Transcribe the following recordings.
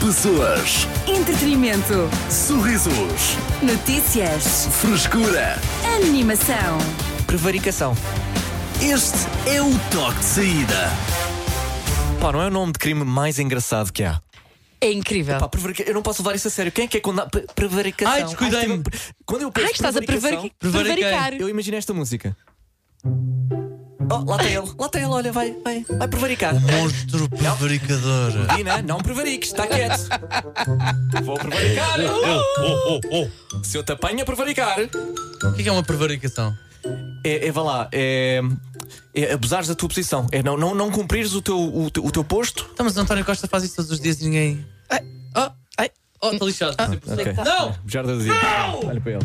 Pessoas, Entretenimento. sorrisos, Notícias. frescura. Animação. Prevaricação. Este é o toque de saída. Pá, não é o nome de crime mais engraçado que há. É incrível. Pá, prevarica... Eu não posso levar isso a sério. Quem é que é condenado? Pre- Prevaricação. Ai, descuidei-me. Ai, estava- Quando eu penso Ai, estás a prevari- prevaricação, prevariquei. prevaricar. Eu imagino esta música. Oh, lá está ele. Lá está ele, olha, vai, vai, vai prevaricar. Monstro prevaricador. Dina, não prevariques, está quieto. Vou prevaricar. Oh, Se eu te apanho a prevaricar. O que é que é uma prevaricação? É, é vá lá, é, é abusares da tua posição. É não, não, não cumprires o teu, o, teu, o teu posto. Então, mas o António Costa faz isso todos os dias e ninguém. Ai, oh, ai, oh, estou lixado. Ok. Não! Bujar da dizia. Olha para ele.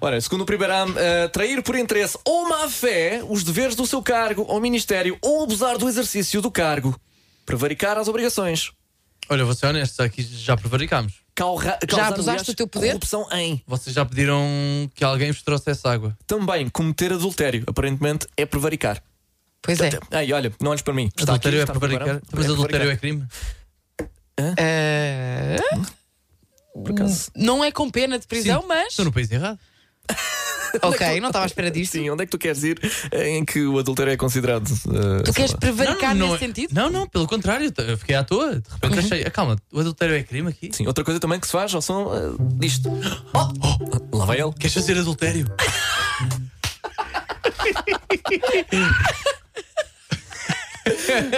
Ora, segundo o primeiro AM, eh, trair por interesse ou má fé os deveres do seu cargo ou ministério ou abusar do exercício do cargo. Prevaricar as obrigações. Olha, eu vou ser honesto, aqui já prevaricámos. Calra- causar, abusaste aliás, do teu poder? Corrupção em. Vocês já pediram que alguém vos trouxesse água. Também cometer adultério, aparentemente, é prevaricar. Pois é. Ei, olha, não olhes para mim. Está aqui, adultério é está prevaricar. preparado. Mas adultério é crime? Ah, Por acaso. não é com pena de prisão, Sim. mas. Estou no país errado. Ok, não estava à espera disto. é Sim, onde é que tu queres ir eh, em que o adultério é considerado? eh, Tu sei queres lá. prevaricar não, é- nesse sentido? Uhum. Não, não, pelo contrário, eu fiquei à toa. De repente achei. Ah, calma, o adultério é crime aqui? Sim, outra coisa também que se faz ao som eh, disto. Oh, oh, lá vai ele. Queres fazer adultério?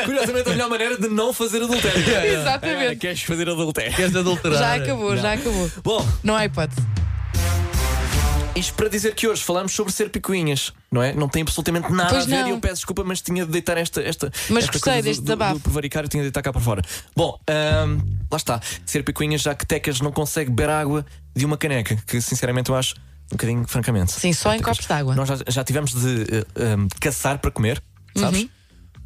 Curiosamente, a melhor maneira de não fazer adultério. Exatamente. Ah, queres fazer adultério. Queres adulterar? Já acabou, já acabou. Bom, Não há hipótese. isto para dizer que hoje falamos sobre ser picuinhas, não é? Não tem absolutamente nada Pois a ver não. e eu peço desculpa, mas tinha de deitar esta. esta Mas esta gostei coisa do- deste do- desabafo. do prevaricar, eu tinha de deitar cá para fora. Bom, ahm, lá está. Ser picuinhas, já que Tecas não consegue beber água de uma caneca, que sinceramente eu acho um bocadinho, francamente. Sim, só em copos de água. Nós já, já tivemos de eh, ehm, caçar para comer, sabes? Uhum.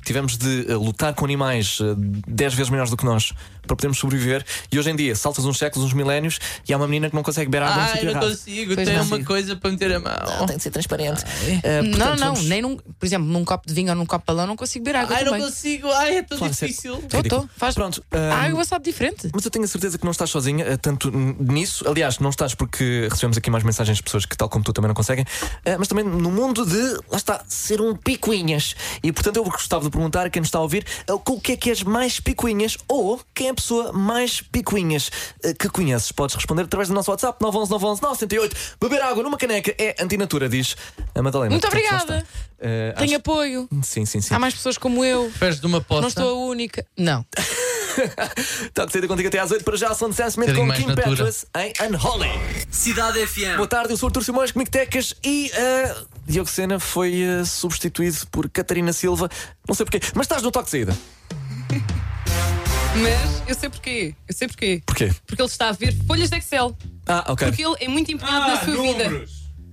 Tivemos de eh, lutar com animais eh, dez vezes melhores do que nós para podermos sobreviver. E hoje em dia, saltas uns séculos, uns milénios, e há uma menina que não consegue beber água no Ai, sítio não errado. consigo, Pois tem não. uma coisa para meter a mão. Tem de ser transparente. Eh, portanto, Ah, é. não, não, vamos- nem num, por exemplo, num copo de vinho ou num copo de balão não consigo beber água Ai, não também. consigo, ai, é tão Claro, isso é difícil. Tô, ridículo. tô, faz- Ah, Pronto. ehm, A água sabe diferente. Mas eu tenho a certeza que não estás sozinha, eh, tanto n- nisso. Aliás, não estás porque recebemos aqui mais mensagens de pessoas que, tal como tu, também não conseguem. eh, Mas também no mundo de, lá está, ser um picuinhas. E portanto eu gostava de perguntar a quem nos está a ouvir eh, com o que é que és mais picuinhas ou quem é a pessoa mais picuinhas eh, que conheces. Podes responder através do nosso WhatsApp 911 911 908. Beber água numa caneca é antinatura, diz a Madalena. é Muito Portanto, lá obrigada. está. Eh, Tenho acho- apoio. Sim, sim, sim. Há mais pessoas como eu. Pés de uma poça. Não estou a única. Não. Está de saída contigo até às 8 para já, São de Sam Smith Bocadinho com mais Kim natura. Petras em Unholy. Cidade FM. Boa tarde, eu sou o Artur Simões, comigo Tecas e ah, Diogo Sena foi ah, substituído por Catarina Silva. Não sei porquê, mas estás no toque de saída. Mas eu sei porquê. Eu sei porquê. Porquê? Porque ele está a ver folhas de Excel. Ah, ok. Porque ele é muito empenhado na sua vida.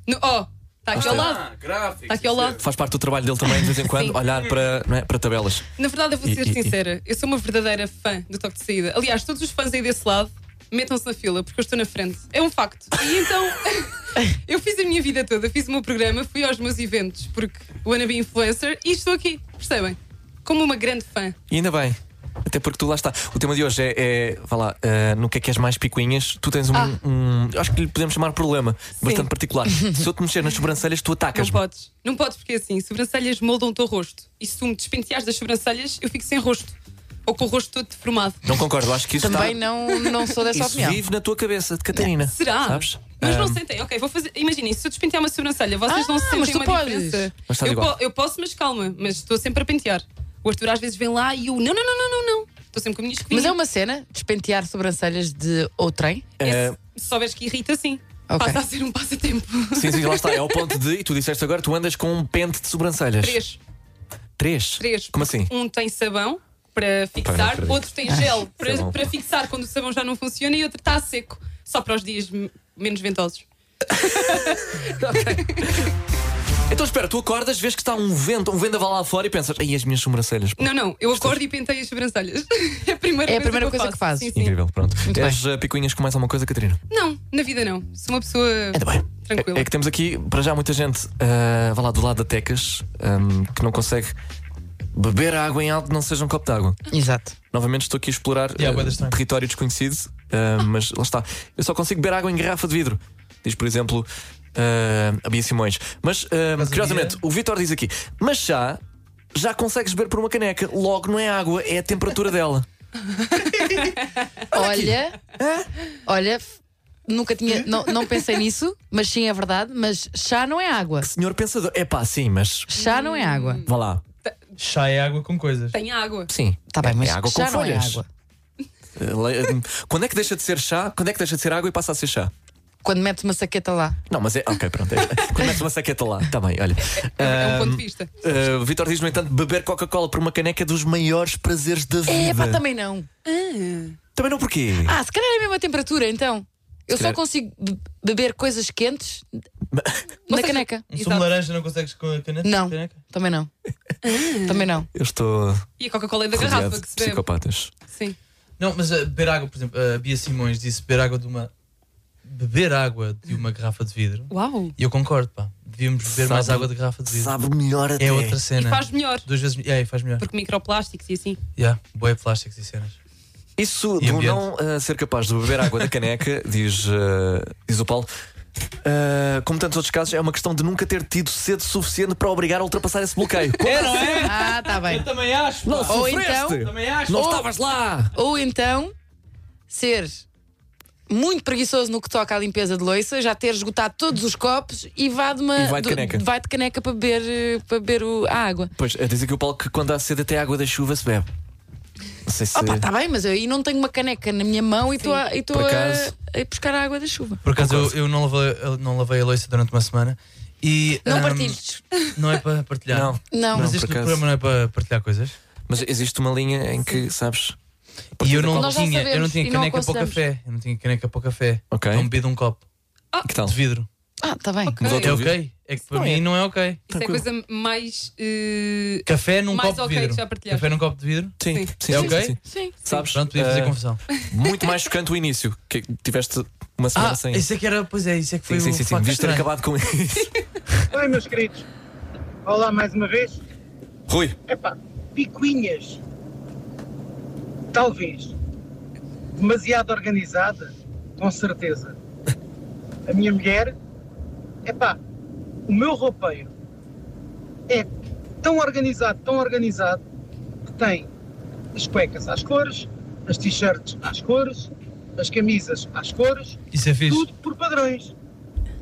No, oh, está aqui ao lado. Está aqui ao lado. Faz parte do trabalho dele também, de vez em quando, olhar para, não é, para tabelas. Na verdade, eu vou E- ser e- e- sincera. Eu sou uma verdadeira fã do toque de saída. Aliás, todos os fãs aí desse lado metam-se na fila porque eu estou na frente. É um facto. E então, eu fiz a minha vida toda, fiz o meu programa, fui aos meus eventos porque wanna be influencer e estou aqui. Percebem? Como uma grande fã. E ainda bem. Até porque tu lá está. O tema de hoje é, é vá lá, ah, no que é que és mais picuinhas, tu tens um, Ah. um- acho que lhe podemos chamar problema bastante particular. Se eu te mexer nas sobrancelhas, tu atacas. Não podes. Não podes, porque é assim, sobrancelhas moldam o teu rosto. E se tu me despenteares das sobrancelhas, eu fico sem rosto. Ou com o rosto todo deformado. Não concordo, acho que isso Também está, não, não sou dessa isso opinião. vive na tua cabeça de Catarina. Será? Sabes? Mas Ah, não sentem. Ok, vou fazer. Imaginem, se eu despentear uma sobrancelha, vocês Ah, não sentem mas tu uma podes. diferença. Mas estás eu, igual. eu posso, mas calma. Mas estou sempre a pentear. O Arthur às vezes vem lá e eu. Não, não, não, não, não, não. Estou sempre com a minha escovinha. Mas é uma cena, despentear sobrancelhas de ou trem. Eh, É, se souberes que irrita, sim. Ok. Passa a ser um passatempo. Sim, sim, lá está. É ao ponto de, e tu disseste agora, tu andas com um pente de sobrancelhas. Três. Três? Três. Como assim? Um tem sabão para não fixar, acredito. outro tem gel para, sabão. para fixar quando o sabão já não funciona e outro está seco, só para os dias m- menos ventosos. Então espera, tu acordas, vês que está um vento, um vendaval lá fora e pensas, ai, as minhas sobrancelhas. pô." Não, não, eu acordo e pentei as sobrancelhas. É a primeira, É a primeira coisa eu que faço. fazes. Sim, sim. Incrível, pronto. Muito És eh, picuinhas com mais alguma coisa, Catarina? Não, na vida não. Sou uma pessoa Então tranquila. É, é que eh, temos aqui, para já, muita gente, ah, vá lá, do lado da Tecas, ahm, que não ehm, consegue Beber água em alto não seja um copo de água. Exato. Novamente estou aqui a explorar Yeah, eh, é bué da estranho. território desconhecido, eh, mas lá está. Eu só consigo beber água em garrafa de vidro. Diz, por exemplo, eh, a Bia Simões. Mas, eh, Mas a curiosamente, Bia- o Vitor diz aqui: mas chá já consegues beber por uma caneca, logo não é água, é a temperatura dela. Olha, olha, f- nunca tinha, não, não pensei nisso, mas sim é verdade. Mas chá não é água. Senhor pensador, é pá, sim, mas Chá não é água. vá lá. Chá é água com coisas. Tem água. Sim. Tá bem, é, mas é água chá com não é folhas. água. Eh, le- eh, Quando é que deixa de ser chá? Quando é que deixa de ser água e passa a ser chá? Quando metes uma saqueta lá. Não, mas é. Ok, pronto. É, quando metes uma saqueta lá, está bem, olha. É um ponto de Ahm, vista. Uh, Vitor diz, no entanto, beber Coca-Cola por uma caneca é dos maiores prazeres da vida. É, pá, também não. Também não porquê? Ah, se calhar é a mesma temperatura, então. Eu só calhar- consigo be- beber coisas quentes na seja- caneca. Um sumo de laranja não consegues com a tipo caneta? Não. Caneca? Também não. Também não. Eu estou E a Coca-Cola é da rodeado garrafa de que se bebe. psicopatas. Sim. Não, mas eh, beber água, por exemplo, a Bia Simões disse beber água de uma. Beber água de uma garrafa de vidro. Uau. E eu concordo, pá. Devíamos beber mais Sabe- água de garrafa de vidro. Sabe melhor até. É outra E cena. faz melhor. Duas vezes. É, e faz melhor. Porque microplásticos e assim. Yeah, boia plásticos e cenas. Isso E de um ambiente. não uh, ser capaz de beber água da caneca, diz, uh, diz o Paulo. uh, como tantos outros casos, é uma questão de nunca ter tido sede suficiente para obrigar a ultrapassar esse bloqueio. É, Como assim? Ah, tá bem. também acho. Não Ou sofreste? então- Também acho. Não estavas lá! Ou então ser muito preguiçoso no que toca à limpeza de loiça, já ter esgotado todos os copos e vá de uma E vai de do- caneca. vai de caneca para beber, eh, para beber o- a água. Pois, uh, diz aqui o Paulo que quando há sede até a água da chuva se bebe. Não sei Ah, se. É. Opa, tá bem, mas eu aí não tenho uma caneca na minha mão e estou a, e estou Por a- acaso- a buscar a água da chuva. Por acaso eu, eu não, lavei, eu não lavei a louça durante uma semana e. Não ahm, partilhes. Não é para partilhar. Não. Não. Mas Não, este por acaso. programa não é para partilhar coisas. Mas existe uma linha em que, sabes? E eu não Nós já tinha, eu não sabemos tinha e não caneca para o aconselhamos. café. Eu não tinha caneca para o café. Ok. Então bebi de um copo Que tal? de vidro. Ah, tá bem. Ok. É Mudou Estou a ouvir. ok? É que para não é. mim não é ok. Isso é Tranquilo. coisa mais. eh, Café num Mais copo ok, de que vidro. já partilhaste. Café num copo de vidro. Sim, Sim. sim, É sim, ok? sim. Sim. Sabes? Pronto, podia fazer eh, confusão. Muito mais chocante o início, que tiveste uma semana Ah, sem. isso é que era, pois é, isso é que Sim, foi sim, o sim, sim. facto Devias ter estranho. acabado com isso. Oi, meus queridos. Olá mais uma vez. Rui, Epá, picuinhas. Talvez. Demasiado organizada, com certeza. A minha mulher, epá, o meu roupeiro é tão organizado, tão organizado, que tem as cuecas às cores, as t-shirts às cores, as camisas às cores, Isso é fixe. tudo por padrões.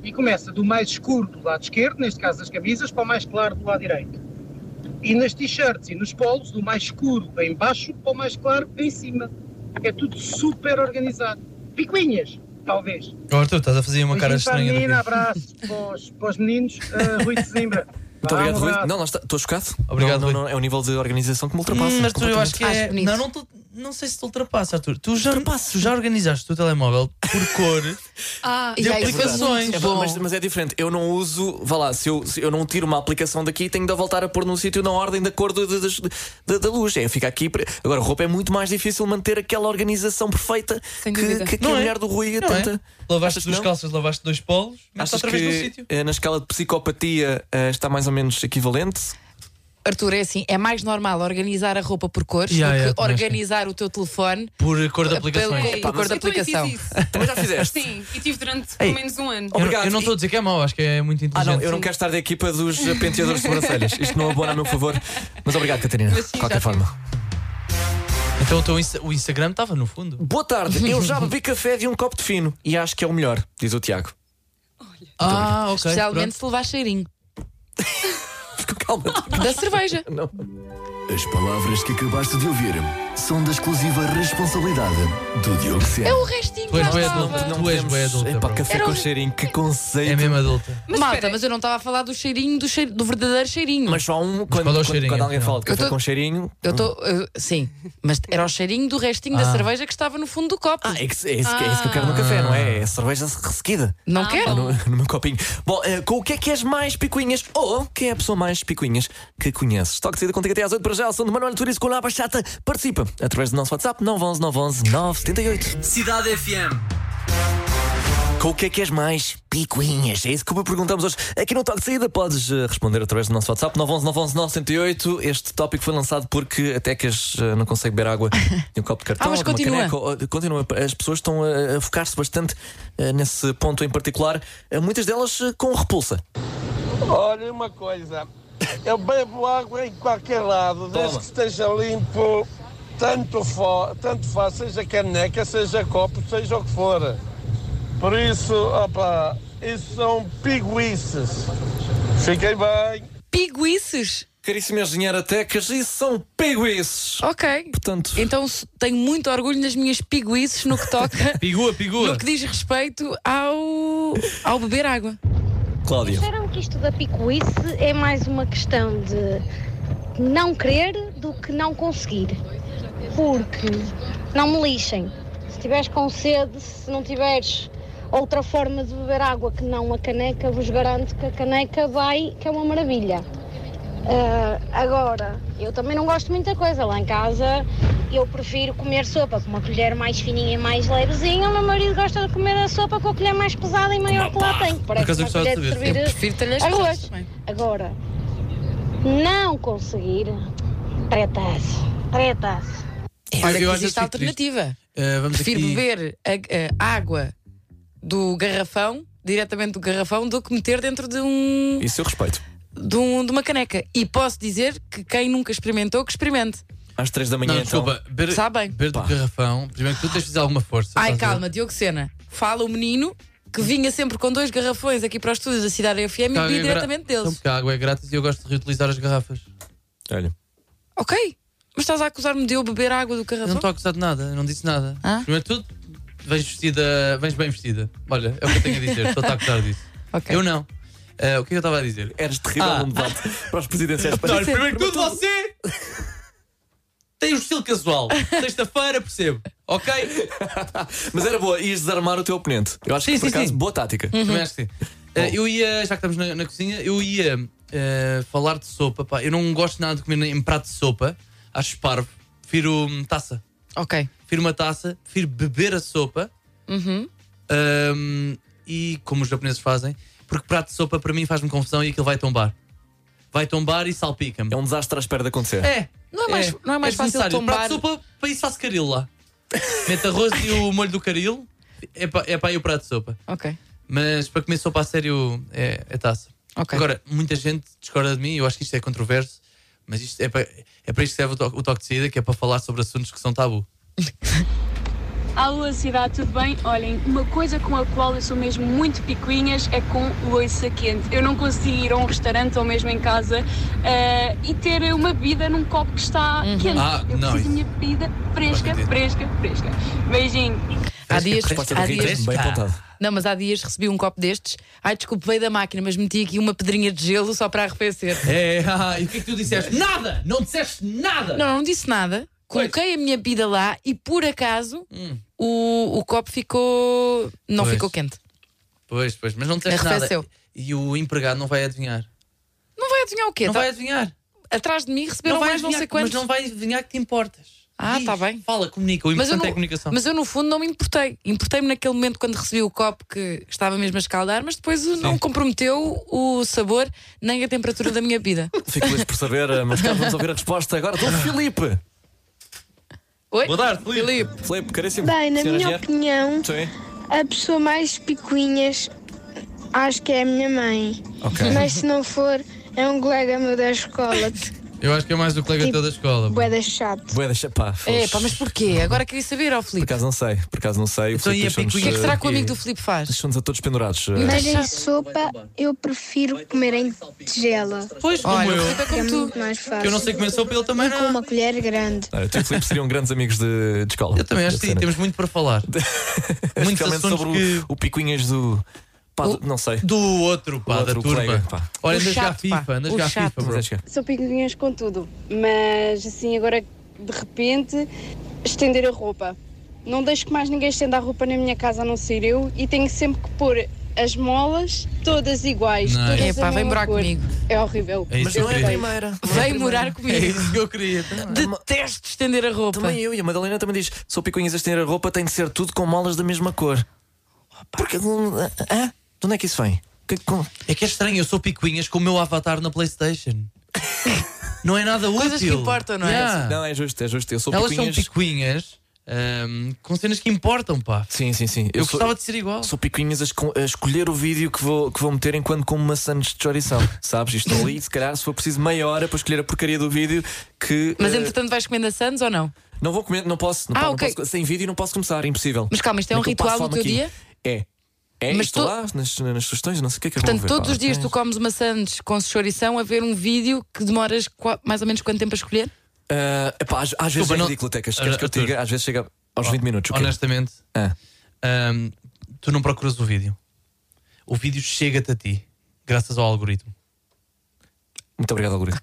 E começa do mais escuro do lado esquerdo, neste caso das camisas, para o mais claro do lado direito. E nas t-shirts e nos polos, do mais escuro em baixo para o mais claro em cima. É tudo super organizado. Picuinhas, talvez. Oh, Arthur, estás a fazer uma cara Beijinho para a estranha. menina, daqui. abraço para os, para os meninos. Ah, Rui de Zimbra. Ah, muito Vá, obrigado, um Rui. abraço. Não, lá está. Estou chocado. Obrigado, não, não, Rui. não, É o nível de organização que me ultrapassa. Hum, mas tu, eu acho que Acho é. bonito. Não, não, te- não sei se te ultrapassa, Arthur. Tu já, tu já organizaste o teu telemóvel por cor. Ah, de já isso é aplicações. muito É, bom. mas, mas é diferente, eu não uso, vá lá, se eu, se eu não tiro uma aplicação daqui, tenho de a voltar a pôr no sítio na ordem da cor do- do- das- da, da luz. É, fica aqui. pre- Agora, roupa é muito mais difícil manter aquela organização perfeita Sem que, dúvida. que, que a Não é? mulher do Rui Não tenta. é? Lavaste Achas que duas não? calças, lavaste dois polos, mas Achas outra vez no que sítio. eh, na escala de psicopatia eh, está mais ou menos equivalente? Arthur, é assim, é mais normal organizar a roupa por cores Yeah, do yeah, que também acho que é. organizar o teu telefone. Por cor de aplicações. Pelo- por cor da então é eu também aplicação. fiz isso. Também já fizeste? Sim, e tive durante Ei. pelo menos um ano. Eu não- Obrigado. Eu não estou a dizer que é mau, acho que é muito Ah, inteligente. não, eu não quero estar da equipa dos eh, penteadores de sobrancelhas. Isto não abona a meu favor. Mas obrigado, Catarina. Mas de sim, já qualquer tive. forma. Então o, teu Insta- o Instagram estava no fundo. Boa tarde. Eu já bebi café de um copo de fino e acho que é o melhor, diz o Tiago. Então. Ah, ok. Especialmente se levar cheirinho Fico calma. da cerveja. Não. As palavras que acabaste de ouvir são da exclusiva responsabilidade do Diogo Sena. É O restinho Tu és já bué estava. adulta. Tu és podemos- bué adulta, Epá, bro. café Era com um- cheirinho, que conceito. É mesmo adulta. Mas Malta, espera aí. mas eu não estava a falar do cheirinho, do, cheiro- do verdadeiro cheirinho. Mas só um. Quando, qual é o quando- cheirinho, quando alguém afinal? fala de café Eu tô- com cheirinho. Eu estou. sim, mas era o cheirinho do restinho da Ah. cerveja que estava no fundo do copo. Ah, é, que- é isso, que- é isso que eu quero no café, não é? É cerveja ressequida. Ah. não Ah, quero? bom. No, no meu copinho. Bom, eh, com o que é que és mais picuinhas? Ou quem é a pessoa mais picuinhas que conheces? Toque de saída contigo até às 8 para já. São de Manuel Turismo com a Lapa Chata. Participa através do nosso WhatsApp 911 911 978. Cidade FM. Com o que é que és mais? Picuinhas. É isso que perguntamos hoje. Aqui no Toque de Saída podes eh, responder através do nosso WhatsApp 911-911-908. Este tópico foi lançado porque até que as, eh, não consegue beber água de um copo de cartão Ah, mas ou de uma continua. caneca. ou- ou- Continua. As pessoas estão a, a focar-se bastante eh, nesse ponto em particular. Eh, Muitas delas eh, com repulsa. Olha uma coisa, eu bebo água em qualquer lado, desde que esteja limpo, tanto, fo, tanto faz, seja caneca, seja copo, seja o que for. Por isso, opa, isso são piguices. Fiquem bem. Piguices. Caríssima engenheira Tecas, isso são piguices. Ok. Portanto, Então s- tenho muito orgulho nas minhas piguices no que toca, Pigua, pigua. no que diz respeito ao, ao beber água. Cláudia. Disseram que isto da picuice é mais uma questão de não querer do que não conseguir. Porque, não me lixem, se tiveres com sede, se não tiveres outra forma de beber água que não a caneca, vos garanto que a caneca vai, que é uma maravilha. Ah, agora, eu também não gosto de muita coisa. Lá em casa eu prefiro comer sopa com uma colher mais fininha e mais levezinha. O meu marido gosta de comer a sopa com a colher mais pesada e maior que lá tem. acaso Parece eu uma gostava de colher de saber. servir Prefiro talheres Arroz. fritos também. Agora, não conseguir, tretas, tretas. eu Olha, que às vezes existe fico alternativa. Eh, vamos Prefiro aqui. beber a- a água do garrafão, diretamente do garrafão, do que meter dentro de um, Isso eu respeito. de, um- de uma caneca. E posso dizer que quem nunca experimentou, que experimente. Às três da manhã, Não, então. desculpa, beber, Está bem. beber do garrafão, primeiro que tu tens de fazer alguma força. Ai, estás a ver? calma, Diogo Sena. Fala o menino que vinha sempre com dois garrafões aqui para os estúdios da Cidade FM e Porque a água bebia é gra- diretamente Então, deles. porque a água é grátis e eu gosto de reutilizar as garrafas. Olha. Ok, mas estás a acusar-me de eu beber água do Eu não garrafão? estou a acusar de nada, eu não disse nada. Ah? Primeiro de tudo, vens vestida, vens bem vestida. Olha, é o que eu tenho a dizer, estou a acusar disso. Ok. Eu não. Eh, o que é que eu estava a dizer? Eras terrível Ah. num debate para os presidenciais. Não, é olha, primeiro que tudo, você tem um estilo casual. Sexta-feira, percebo. Ok? Mas era boa, ias desarmar o teu oponente. Eu acho que Sim, sim, por acaso, sim. Uhum. boa tática. Também acho que sim. Eh, eu ia, já que estamos na, na cozinha, eu ia eh, falar de sopa. Pá. Eu não gosto nada de comer em prato de sopa. Acho parvo. Prefiro hum, taça. Ok. Prefiro uma taça. Prefiro beber a sopa. Uhum. Hum, e como os japoneses fazem. Porque prato de sopa para mim faz-me confusão e aquilo vai tombar. Vai tombar e salpica-me. É um desastre à espera de acontecer. É. Não é mais- não é mais fácil desnecessário. tombar- Prato de sopa, para isso faço caril lá. Mete arroz e o molho do caril. É para, é para aí o prato de sopa. Ok. Mas para comer sopa a sério é, é taça. Ok. Agora, muita gente discorda de mim, eu acho que isto é controverso, mas isto é para, é para isto que serve o toque, o toque de saída, que é para falar sobre assuntos que são tabu. Alô, cidade, tudo bem? Olhem, uma coisa com a qual eu sou mesmo muito picuinhas é com louça quente. Eu não consigo ir a um restaurante ou mesmo em casa eh, e ter uma bebida num copo que está quente. Ah, eu não, preciso isso- da minha bebida fresca, acredito. fresca, fresca. Beijinho. Há dias, Resposta da é há Rita, dias, bem apontado. não, mas há dias recebi um copo destes. Ai, desculpe, veio da máquina, mas meti aqui uma pedrinha de gelo só para arrefecer. É, ah, e o que é que tu disseste? Nada! Não disseste nada! Não, não disse nada. Pois. Coloquei a minha bebida lá e por acaso o, o copo ficou. não Hum. Pois. ficou quente. Pois, pois, mas não disseste nada. Arrefeceu. E o empregado não vai adivinhar. Não vai adivinhar o quê? Não Tá- vai adivinhar. Atrás de mim receberam vai mais não adivinhar, sei quantos. Mas não vai adivinhar que te importas. Ah, tá bem. Fala, comunica. O Mas importante é a eu, não, comunicação. mas eu, no fundo, não me importei. Importei-me naquele momento quando recebi o copo que estava mesmo a escaldar, mas depois não comprometeu o sabor nem a temperatura da minha bebida. Fico feliz por saber, eh, mas cá vamos ouvir a resposta agora do Filipe. Oi? Boa tarde, Filipe. Filipe, caríssimo. Bem, na Senhora minha engenheira? opinião, Sim. a pessoa mais picuinhas acho que é a minha mãe. Ok. Mas se não for, é um colega meu da escola. Eu acho que é mais o colega Tipo, teu da escola. pá. Boeda chato. Boa, deixa pá. É, foste. pá, mas porquê? Agora queria saber, ó Por Filipe. acaso não sei, por acaso não sei. O Então, Filipe e a deixou-nos, O que é que picuinha? eh, será que o amigo do Filipe faz? Deixou-nos a todos pendurados. eh. Mas em sopa, eu prefiro comer em tigela. Pois, como Olha, o eu. Filipe é que É como tu. muito mais Que eu fácil. não sei comer sopa, ele também E com não. uma colher grande. Olha, tu eh, e o Filipe seriam grandes amigos de, de escola. Eu também acho que sim, Deve ser, temos muito para falar. né? muitos Especialmente assuntos sobre o- que- o, picuinhas do. Pá, do- não sei. Do outro, pá, outro da turma. colega, pá. Olha, O andas cá a chato, pá. FIFA, andas O cá a chato. FIFA, bro. Mas é que- São picuinhas com tudo, mas assim, agora de repente, estender a roupa. Não deixo que mais ninguém estenda a roupa na minha casa a não ser eu e tenho sempre que pôr as molas todas iguais. Não. todas É a pá, vem mesma morar cor. comigo. É horrível. É isso que eu Eu queria. odeio. Vem morar É comigo. isso que eu queria. também. Detesto estender a roupa. Também eu e a Madalena também diz: sou picuinhas a estender a roupa, tem de ser tudo com molas da mesma cor. Porque. hum, Hã? De onde é que isso vem? Que- com- É que é estranho, eu sou picuinhas com o meu avatar na Playstation. não é nada útil. Coisas que importam, não é? Yeah. Não, é justo, é justo. Eu sou Elas picuinhas. são picuinhas ahm, com cenas que importam, pá. Sim, sim, sim. Eu, sou- gostava de ser igual. Sou picuinhas a, esco- a escolher o vídeo que vou, que vou meter enquanto como maçãs de chorição. Sabes? Isto ali, se calhar, se for preciso meia hora para escolher a porcaria do vídeo, que. Mas eh, entretanto vais comendo a Sands ou não? Não vou comer, não posso. Não, Ah, pá, não ok. posso- Sem vídeo não posso começar, é impossível. Mas calma, isto é um Como que eu passo ritual do teu fome dia? aqui? É. É, Mas estou tu- lá nas, nas sugestões, não sei o que é que eu vou Portanto, ver, todos pá, os dias tu ok. comes maçãs com chourição a ver um vídeo que demoras qua- mais ou menos quanto tempo a escolher? Ah, epá, às, às vezes Desculpa, é não- ridículo, Tecas. Queres que eu te Arthur. Oh, diga? Às vezes chega aos 20 minutos. o quê? Honestamente, Ah. ahm, tu não procuras o vídeo. O vídeo chega-te a ti, graças ao algoritmo. Muito obrigado, algoritmo.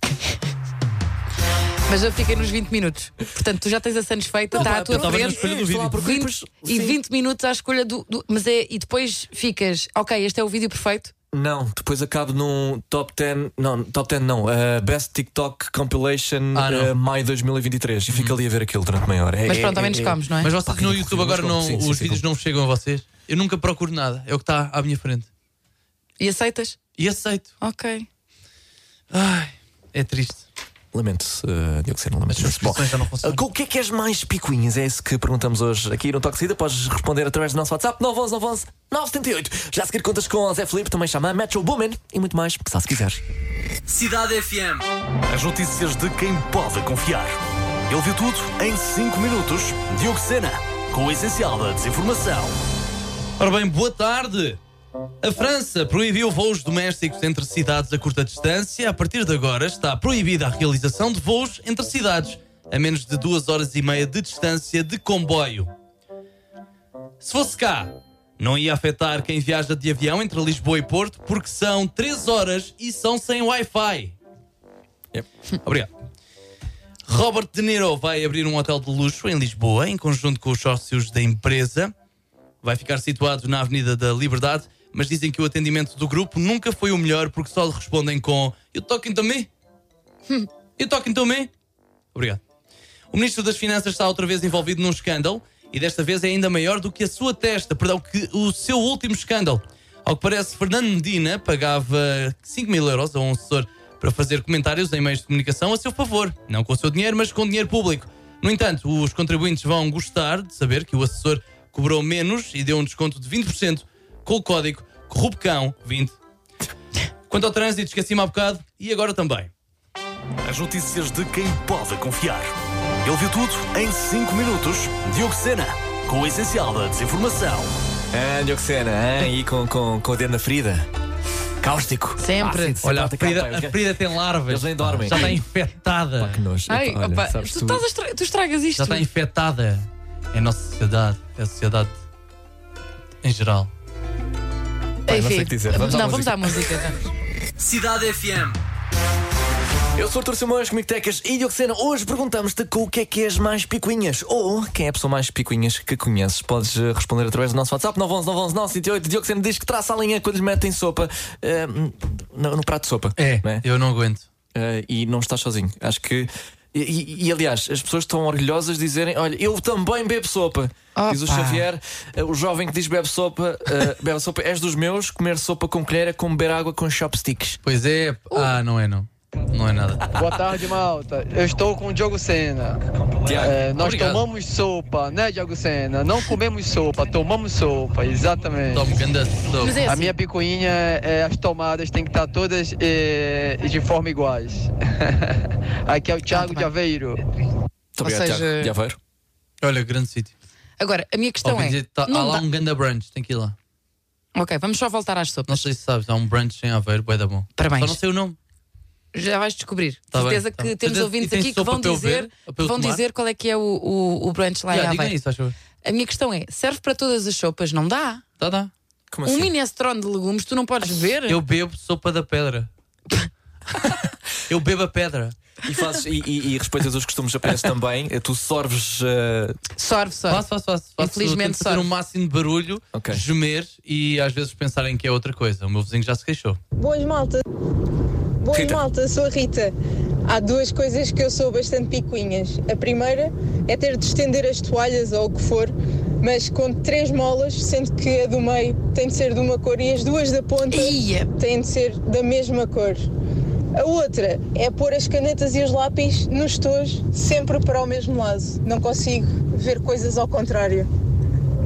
Mas já fiquei nos 20 minutos. Portanto, tu já tens a Sands feita, está pá, à tua eu tava na frente. escolha do vídeo. Estou lá porque 20 depois- e sim. 20 minutos à escolha do, do- Mas é. E depois ficas, ok, este é o vídeo perfeito. Não, depois acabo num top 10. Não, top 10 não. ah, Best TikTok Compilation Ah, não. Uhum. ah, Maio 2023. E fico ali a ver aquilo durante meia hora. É- Mas é- pronto, ao é- menos é- comes, não é? Mas vocês Pá, no ridículo, YouTube mas agora pronto, não, sim, sim, os sim, vídeos não chegam a vocês. Eu nunca procuro nada, é o que está à minha frente. E aceitas? E aceito. Ok. Ai, é triste. Lamento-se, ah, Diogo Sena, As lamento-se. Bom, subscrições já não funcionam. Com o que é que és mais picuinhas? É isso que perguntamos hoje aqui no Toque de Saída. Podes responder através do nosso WhatsApp 911 911 978. Já a seguir contas com Zé Felipe, também chama Metro Boomin e muito mais, se se quiseres. Cidade FM. As notícias de quem pode confiar. Ele viu tudo em 5 minutos. Diogo Sena, com o essencial da desinformação. Ora bem, boa tarde. A França proibiu voos domésticos entre cidades a curta distância. A partir de agora está proibida a realização de voos entre cidades a menos de duas horas e meia de distância de comboio. Se fosse cá, não ia afetar quem viaja de avião entre Lisboa e Porto porque são três horas e são sem Wi-Fi. Obrigado. Robert De Niro vai abrir um hotel de luxo em Lisboa em conjunto com os sócios da empresa vai ficar situado na Avenida da Liberdade, mas dizem que o atendimento do grupo nunca foi o melhor porque só lhe respondem com You talking to me? You talking to me? Obrigado. O Ministro das Finanças está outra vez envolvido num escândalo e desta vez é ainda maior do que a sua testa, perdão, que o seu último escândalo. Ao que parece, Fernando Medina pagava 5 mil euros a um assessor para fazer comentários em meios de comunicação a seu favor. Não com o seu dinheiro, mas com dinheiro público. No entanto, os contribuintes vão gostar de saber que o assessor cobrou menos e deu um desconto de 20% com o código Corrupcão20. Quanto ao trânsito, esqueci-me há bocado e agora também. As notícias de quem pode confiar. Ele viu tudo em 5 minutos. Diogo Sena, com o essencial da desinformação. Ah, Diogo Sena, ah, e com, com, com o dedo na ferida. Cáustico. Ah, Sempre. Ácido, sempre Olha, a atacar, Frida, pá, os a gajos- Frida tem larvas. Eles nem dormem. Já está infectada. Que nojo. Ai, Epá, olha, opa, sabes tu, tu- estás a estra- tu estragas isto. Já está infectada. É a nossa sociedade. É a sociedade em geral. Bem, não Enfim, sei o que dizer. Vamos à não, vamos música. à música. vamos. Cidade FM. Eu sou o Artur Simões, comigo Tecas e Diogo Sena. Hoje perguntamos-te com o que é que és mais picuinhas ou quem é a pessoa mais picuinhas que conheces. Podes eh, responder através do nosso WhatsApp 911 911 978. Diogo Sena diz que traça a linha quando lhe metem sopa eh, no, no prato de sopa. É, não eu não aguento. Eh, e não estás sozinho. Acho que. E, e- e, aliás, as pessoas estão orgulhosas de dizerem: Olha, eu também bebo sopa. Diz o Opa. Xavier, eh, o jovem que diz bebe sopa, eh, bebe sopa, és dos meus, comer sopa com colher é como beber água com chopsticks. Pois é. Uh. Ah, não é não. Não é nada. Boa tarde, malta. Eu estou com o Diogo Sena. É, nós Obrigado. tomamos sopa, né, Diogo Sena? Não comemos sopa, tomamos sopa, exatamente. Tomo ganda Mas é sopa. A assim, minha picuinha é as tomadas têm que estar todas eh, de forma iguais. Aqui é o tá Thiago de bem. Aveiro. Muito é obrigado, seja- Tiago. De Aveiro. Olha, grande sítio. agora, a minha questão Ouvi é. dizer que tá- há não lá dá- um ganda brunch, tem que ir lá. Ok, vamos só voltar às Não sopas. sei se sabes, há um brunch em Aveiro, bué da bom. Parabéns. Só não sei o nome. Já vais descobrir. Tá bem, Certeza tá que bem. temos Certeza- ouvintes e tem aqui que sopa vão para eu dizer, ver? Para eu vão tomar? dizer qual é que é o, o, o brunch lá Já, em diga Aveiro. isso, acho eu. A minha questão é: serve para todas as sopas? Não dá. Tá, tá. Como Um minestrone de legumes tu não podes ver? Eu bebo sopa da pedra. eu bebo a pedra. E, fazes, e, e- e respeitas os costumes japoneses também. Eh, Tu sorves. eh, Sorve, sorve. Faço, faço, faço. faço Infelizmente, tento fazer o sorve. máximo de barulho, Ok. gemer e às vezes pensarem que é outra coisa. O meu vizinho já se queixou. Boas malta. Boas Rita. malta, sou a Rita. Há duas coisas que eu sou bastante picuinhas. A primeira é ter de estender as toalhas ou o que for mas com três molas, sendo que a do meio tem de ser de uma cor e as duas da ponta têm de ser da mesma cor. A outra é pôr as canetas e os lápis nos tojos sempre para o mesmo lado. Não consigo ver coisas ao contrário.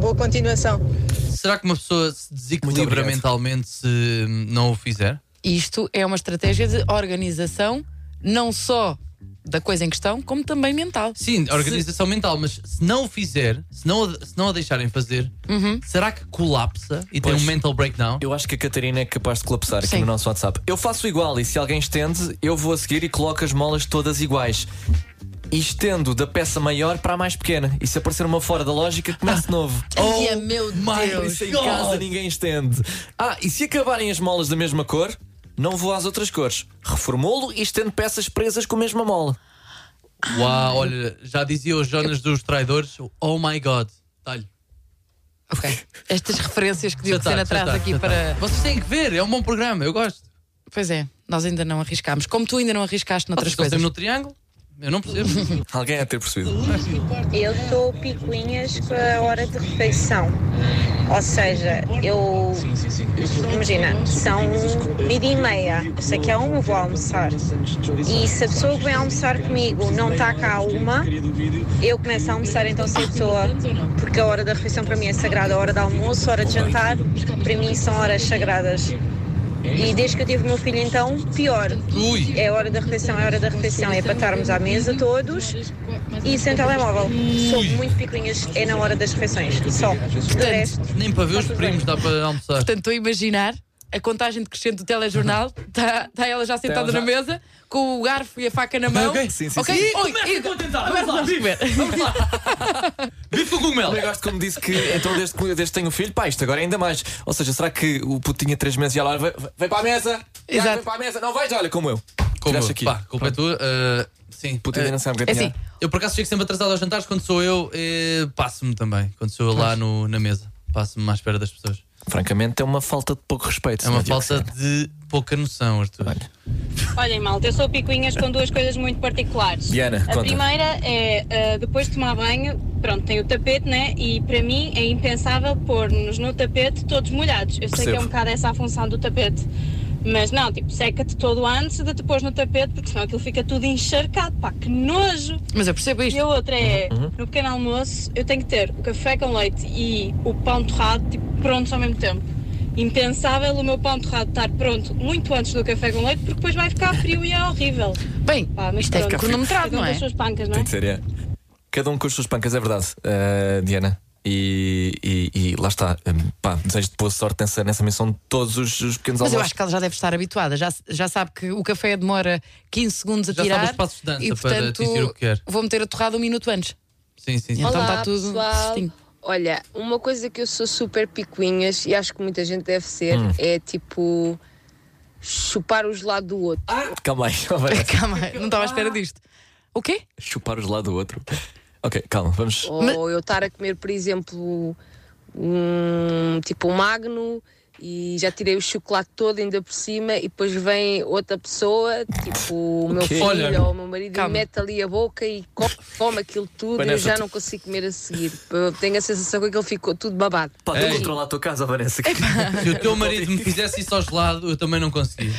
Boa continuação. Será que uma pessoa se desequilibra obrigado. mentalmente se hum, não o fizer? Isto é uma estratégia de organização, não só da coisa em questão, como também mental. Sim, organização mental, mas se não o fizer, se não, a- se não a deixarem fazer, Uhum. será que colapsa e Pois. tem um mental breakdown? Eu acho que a Catarina é capaz de colapsar aqui Sim. no nosso WhatsApp. Eu faço igual e se alguém estende, eu vou a seguir e coloco as molas todas iguais. E estendo da peça maior para a mais pequena. E se aparecer uma fora da lógica, começo de novo. Ai, Oh meu Ai, por isso em Ah. Oh God. casa ninguém estende. Ah, e se acabarem as molas da mesma cor, não vou às outras cores. Reformulo e estendo peças presas com a mesma mola. Uau, olha, já dizia o Jonas dos Traidores, oh my god, talho. Ok. Estas referências que Já Diogo tá, Sena já traz tá, aqui já tá. para. Vocês têm que ver, é um bom programa, eu gosto. Pois é, nós ainda não arriscámos. Como tu ainda não arriscaste noutras Vocês estão sempre coisas. no triângulo? Eu não percebo. Alguém é a ter percebido. Eu sou picuinhas com a hora de refeição. Ou seja, eu. Imagina, são vida e meia. Eu sei que é uma, vou almoçar. E se a pessoa que vem almoçar comigo não está cá a uma, eu começo a almoçar então sem a pessoa. Porque a hora da refeição para mim é sagrada. A hora de almoço, a hora de jantar, para mim são horas sagradas. E desde que eu tive o meu filho, então, pior. É hora da refeição, é hora da refeição, é para estarmos à mesa todos e sem telemóvel. Sou muito picuinhas, é na hora das refeições, só. De resto, Nem para ver os primos dá para um almoçar. Portanto, estou a imaginar a contagem decrescente do telejornal. Está tá ela já sentada já. na mesa, com o garfo e a faca na mão. Ok, sim, sim, Ok, sim. Oi, e- agora vamos comer. Bife com cogumelo. Eu gosto como disse que, então, desde que desde que tenho filho, pá, isto agora é ainda mais. Ou seja, será que o puto tinha 3 meses e ela vai, vai para a mesa? Exato. Vem para a mesa, não vais, olha, como eu. Como Tiraste eu, aqui. pá, culpa é tua. eh, sim. Puta, ainda não sabe é gatinhar. assim, eu por acaso fico sempre atrasado aos jantares, quando sou eu, eh, passo-me também. Quando sou eu lá no- na mesa, passo-me à espera das pessoas. Francamente, é uma falta de pouco respeito. É uma senhor Diogo Tá falta de pouca noção, Arthur. Olhem, malta, eu sou picuinhas com duas coisas muito particulares. Diana, a conta. primeira é, ah, depois de tomar banho, pronto, tem o tapete, né? E para mim é impensável pôr-nos no tapete todos molhados. Eu sei que é Percebo. um bocado essa a função do tapete. Mas não, tipo, seca-te todo antes de te pôr no tapete, porque senão aquilo fica tudo encharcado. Pá, que nojo! Mas eu percebo isto. E a outra é, Uhum. no pequeno almoço, eu tenho que ter o café com leite e o pão torrado tipo, prontos ao mesmo tempo. Impensável o meu pão torrado estar pronto muito antes do café com leite, porque depois vai ficar frio e é horrível. Bem, mas isto deve pronto, ficar cronometrado, cada um não com é? as suas pancas, não é? Tem que ser, é. Cada um com as suas pancas, é verdade, eh, Diana. E, e- e lá está. Hum, Pá, desejo-te boa sorte nessa, nessa missão de todos os, os pequenos Mas eu almoços. acho que ela já deve estar habituada. Já, já sabe que o café demora 15 segundos a Já sabe tirar. os passos de dança e, para portanto, decidir o que quer. Vou meter a torrada um minuto antes. Sim, sim, sim. Então Olá, está tudo é pessoal. certinho. Olha, uma coisa que eu sou super picuinhas e acho que muita gente deve ser Hum. é tipo chupar o gelado do outro. Calma aí, calma aí. Calma, não estava à espera disto. Ah, O quê? Chupar os lado do outro. Ok, calma, vamos. Ou eu estar a comer, por exemplo, um, tipo um magno e já tirei o chocolate todo ainda por cima e depois vem outra pessoa, tipo o meu Ok. filho Olha, ou o meu marido e mete ali a boca e come, come aquilo tudo e eu Vanessa, já tu- não consigo comer a seguir. Eu tenho a sensação que aquilo ficou tudo babado. Pá, tu controla a tua casa, Vanessa. Se o teu marido me fizesse isso ao gelado, eu também não conseguia.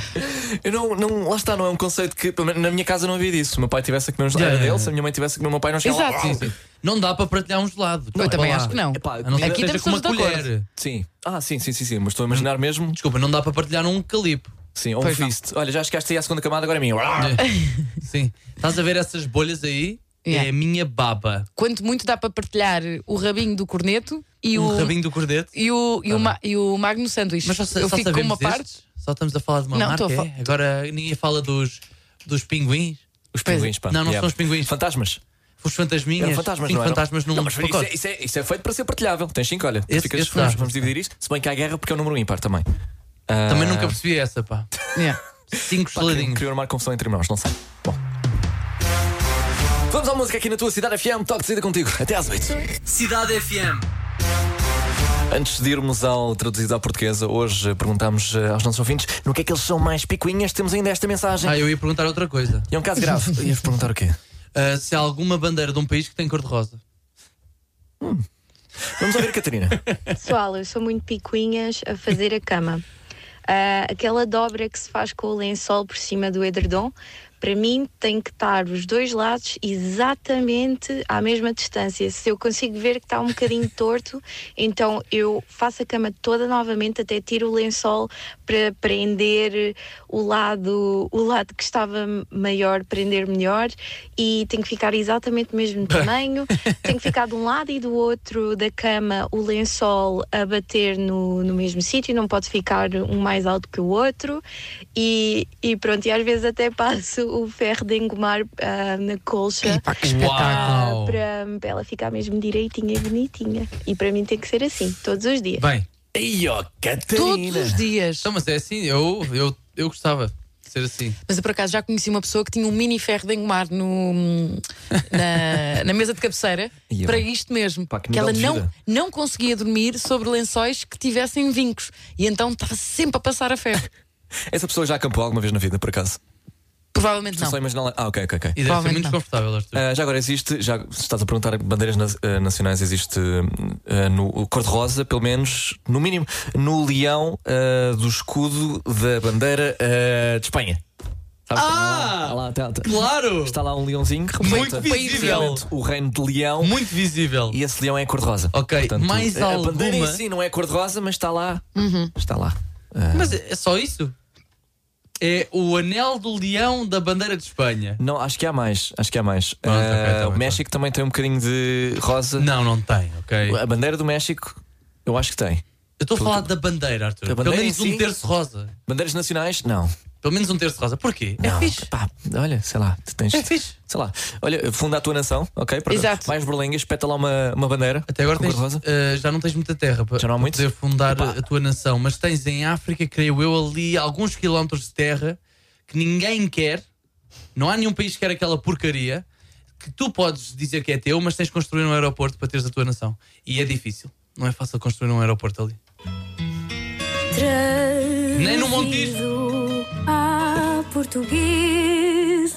Eu não, não, lá está, não é um conceito que. pelo menos Na minha casa não havia disso. Se o meu pai tivesse a comer um gelado, Yeah, era yeah, dele. Se a minha mãe tivesse a comer, o meu pai não chegava Exato. Sim, sim. Não dá para partilhar um gelado. Eu também Vá lá. acho Ah, é que não. Epá, a não ser aqui que seja estamos com uma todos de acordo. colher. Sim. Ah, sim, sim, sim, sim. Mas estou a imaginar mesmo. Desculpa, não dá para partilhar um calipo. Sim, ou um Pois não. fist. Olha, já chegaste aí à segunda camada, agora é minha. Sim. Estás a ver essas bolhas aí? Yeah. É a minha baba. Quanto muito dá para partilhar o rabinho do corneto e um o. rabinho do cordete. E o, e, o ma- e o Magno Sanduíche. Mas Só- eu só fico com sabemos uma parte. destes? Só estamos a falar de uma Não, marca. estou a é? fal- Agora ninguém fala dos, dos pinguins. Os pinguins, pá. Não, não Yeah. são os pinguins. Fantasmas. Os fantasminhas. Eram um fantasmas, Cinco não eram? fantasmas num Não, mas isso é, pacote. isso, é, isso é feito para ser partilhável. Tens cinco, olha. Esse- Ficas- esse vamos, dá. vamos dividir isto. Se bem que há guerra, porque é um número ímpar também. é- Ah, Também nunca percebi essa, pá. Cinco geladinhos. Criou uma confusão entre nós, não sei. Bom. Vamos à música aqui na tua Cidade FM. Toque de saída contigo. Até às oito. Cidade FM. Antes de irmos ao traduzido à portuguesa, hoje eh, perguntámos eh, aos nossos ouvintes no que é que eles são mais picuinhas. Temos ainda esta mensagem. Ah, eu ia perguntar outra coisa. Ah, É um caso grave. Ias perguntar o quê? se há alguma bandeira de um país que tem cor de rosa. Hum. Vamos ouvir a Catarina. Pessoal, eu sou muito picuinhas a fazer a cama. Ah, aquela dobra que se faz com o lençol por cima do edredom, para mim tem que estar os dois lados exatamente à mesma distância. Se eu consigo ver que está um bocadinho torto, então eu faço a cama toda novamente, até tiro o lençol para prender o lado, o lado que estava maior, prender melhor, e tem que ficar exatamente do mesmo tamanho. tem que ficar de um lado e do outro da cama o lençol a bater no, no mesmo sítio, não pode ficar um mais alto que o outro. E, e pronto, e às vezes até passo o ferro de engomar ah, na colcha que espetáculo. ah, para, para ela ficar mesmo direitinha e bonitinha. E para mim tem que ser assim, todos os dias. Bem. Ei, ó, Todos os dias. Não, mas é assim, eu, eu, eu gostava de ser assim. Mas eu por acaso já conheci uma pessoa que tinha um mini ferro de engomar no, na, na mesa de cabeceira E eu? para isto mesmo. que nível ela de não, vida. não conseguia dormir sobre lençóis que tivessem vincos. E então estava sempre a passar a ferro. Essa pessoa já acampou alguma vez na vida, por acaso? Provavelmente Só não. imaginar lá- Ah, ok, ok, ok. E deve ser muito Provavelmente não. desconfortável, já agora existe, já se estás a perguntar, bandeiras na- eh, nacionais existe eh, no o cor-de-rosa, pelo menos, no mínimo, no leão eh, do escudo da bandeira eh, de Espanha. Sabes? Ah! Há lá- há lá- tá- tá- Claro! Está lá um leãozinho que representa Muito visível. oficialmente o reino de leão. Muito visível. E esse leão é cor-de-rosa. Ok, Portanto, mais a, a bandeira em alguma? si não é cor-de-rosa, mas está lá. Uhum. Está lá. Mas é é só isso? É o anel do leão da bandeira de Espanha. Não, acho que há mais. Acho que há mais. Pronto, ok, Eh, tá bem, o México também tem um bocadinho de rosa. Não, não tem, ok. A bandeira do México, eu acho que tem. Eu estou a falar da bandeira, Arthur. Da Pelo bandeira menos em si? um terço rosa. Bandeiras nacionais? Não. Pelo menos um terço rosa. Porquê? Não, É fixe. pá, olha, sei lá, tu tens. É fixe. Sei lá, olha, funda a tua nação, ok? Pronto. Exato. Mais berlengas, espeta lá uma, uma bandeira. Até agora com tens, cor-de-rosa. eh, já não tens muita terra para Já não há para muito? poder fundar a tua nação, mas tens em África, creio eu, ali alguns quilómetros de terra que ninguém quer, não há nenhum país que quer aquela porcaria, que tu podes dizer que é teu, mas tens de construir um aeroporto para teres a tua nação. E é difícil, não é fácil construir um aeroporto ali. Nem no Montijo. A português.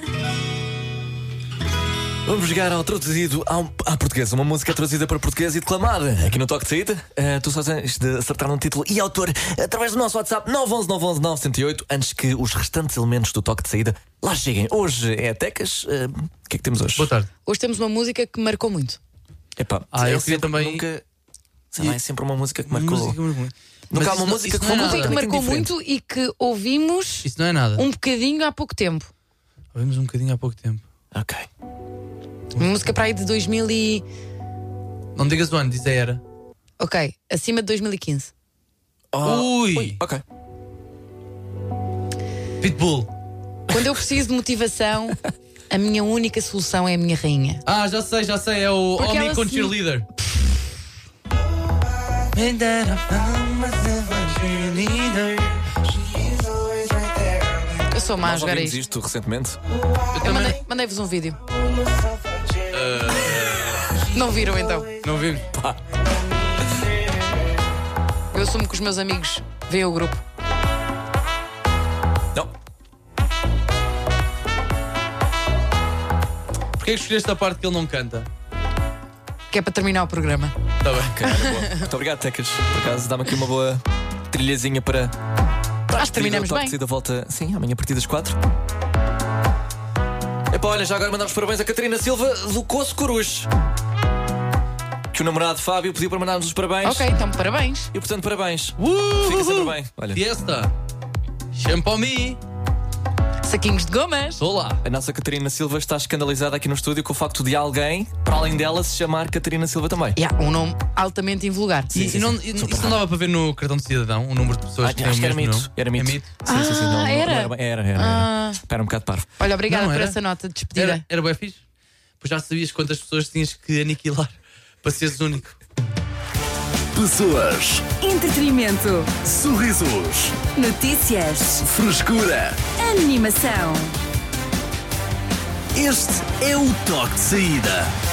Vamos jogar ao traduzido ao- à portuguesa, uma música traduzida para português e declamada. Aqui no Toque de Saída, Eh, tu só tens de acertar um título e autor através do nosso WhatsApp 911 911 908 antes que os restantes elementos do Toque de Saída lá cheguem. Hoje é Tecas. Eh, O que é que temos hoje? Boa tarde. Hoje temos uma música que marcou muito. Epá, Ah, é eu queria sempre- também. Nunca, sei lá, é sempre uma música que marcou. Música que marcou. Mas Nunca há isso uma não- música isso que não é foi nada. Música que marcou diferente. muito e que ouvimos Isso não é nada. um bocadinho há pouco tempo. Ouvimos um bocadinho há pouco tempo. Ok. Uma música para aí de 2000 e... Não digas o ano, diz a era. Ok, acima de 2015. Ui. Oh, Ok. Pitbull. Quando eu preciso de motivação, a minha única solução é a minha rainha. Ah, já sei, já sei, é o Porque Homem ela com se- Cheerleader. Eu sou má a Nós jogar a ouvimos isto. isto recentemente. Eu mandei- mandei-vos um vídeo. Ah, Não viram então? Não vimos? Pá. Eu assumo que os meus amigos veem o grupo. Porquê que escolheste a parte que ele não canta? Que é para terminar o programa. Está tá bem. Ok, era boa. Muito obrigado, Tecas. Por acaso, dá-me aqui uma boa trilhazinha para. Tá Acho que terminamos Toque de bem. Saída volta, sim, amanhã a partir das 4. Epá, olha, já agora mandar os parabéns a Catarina Silva do Coço Coruj. Que o namorado Fábio pediu para mandarmos os parabéns. Ok, então parabéns. E portanto, parabéns. Uh, Fica sempre bem. Olha. Fiesta. Champomi. Saquinhos de gomas. Estou lá. A nossa Catarina Silva está escandalizada aqui no estúdio com o facto de alguém, para além dela, se chamar Catarina Silva também. Yeah, um nome altamente invulgar. E, e não, e, isso não dava para ver no cartão de cidadão o número de pessoas Ah, que têm acho o que era mesmo mito. nome? Era mito. É mito? Sim, sim, sim. Ah, Não, não era? era, bem- era, era, era. Ah. Era um bocado parvo. Olha, obrigada Não, por era. essa nota de despedida. Era, era bem fixe. Pois já sabias quantas pessoas tinhas que aniquilar para seres único. Pessoas, Entretenimento. sorrisos, Notícias. frescura. Animação. Este é o toque de saída.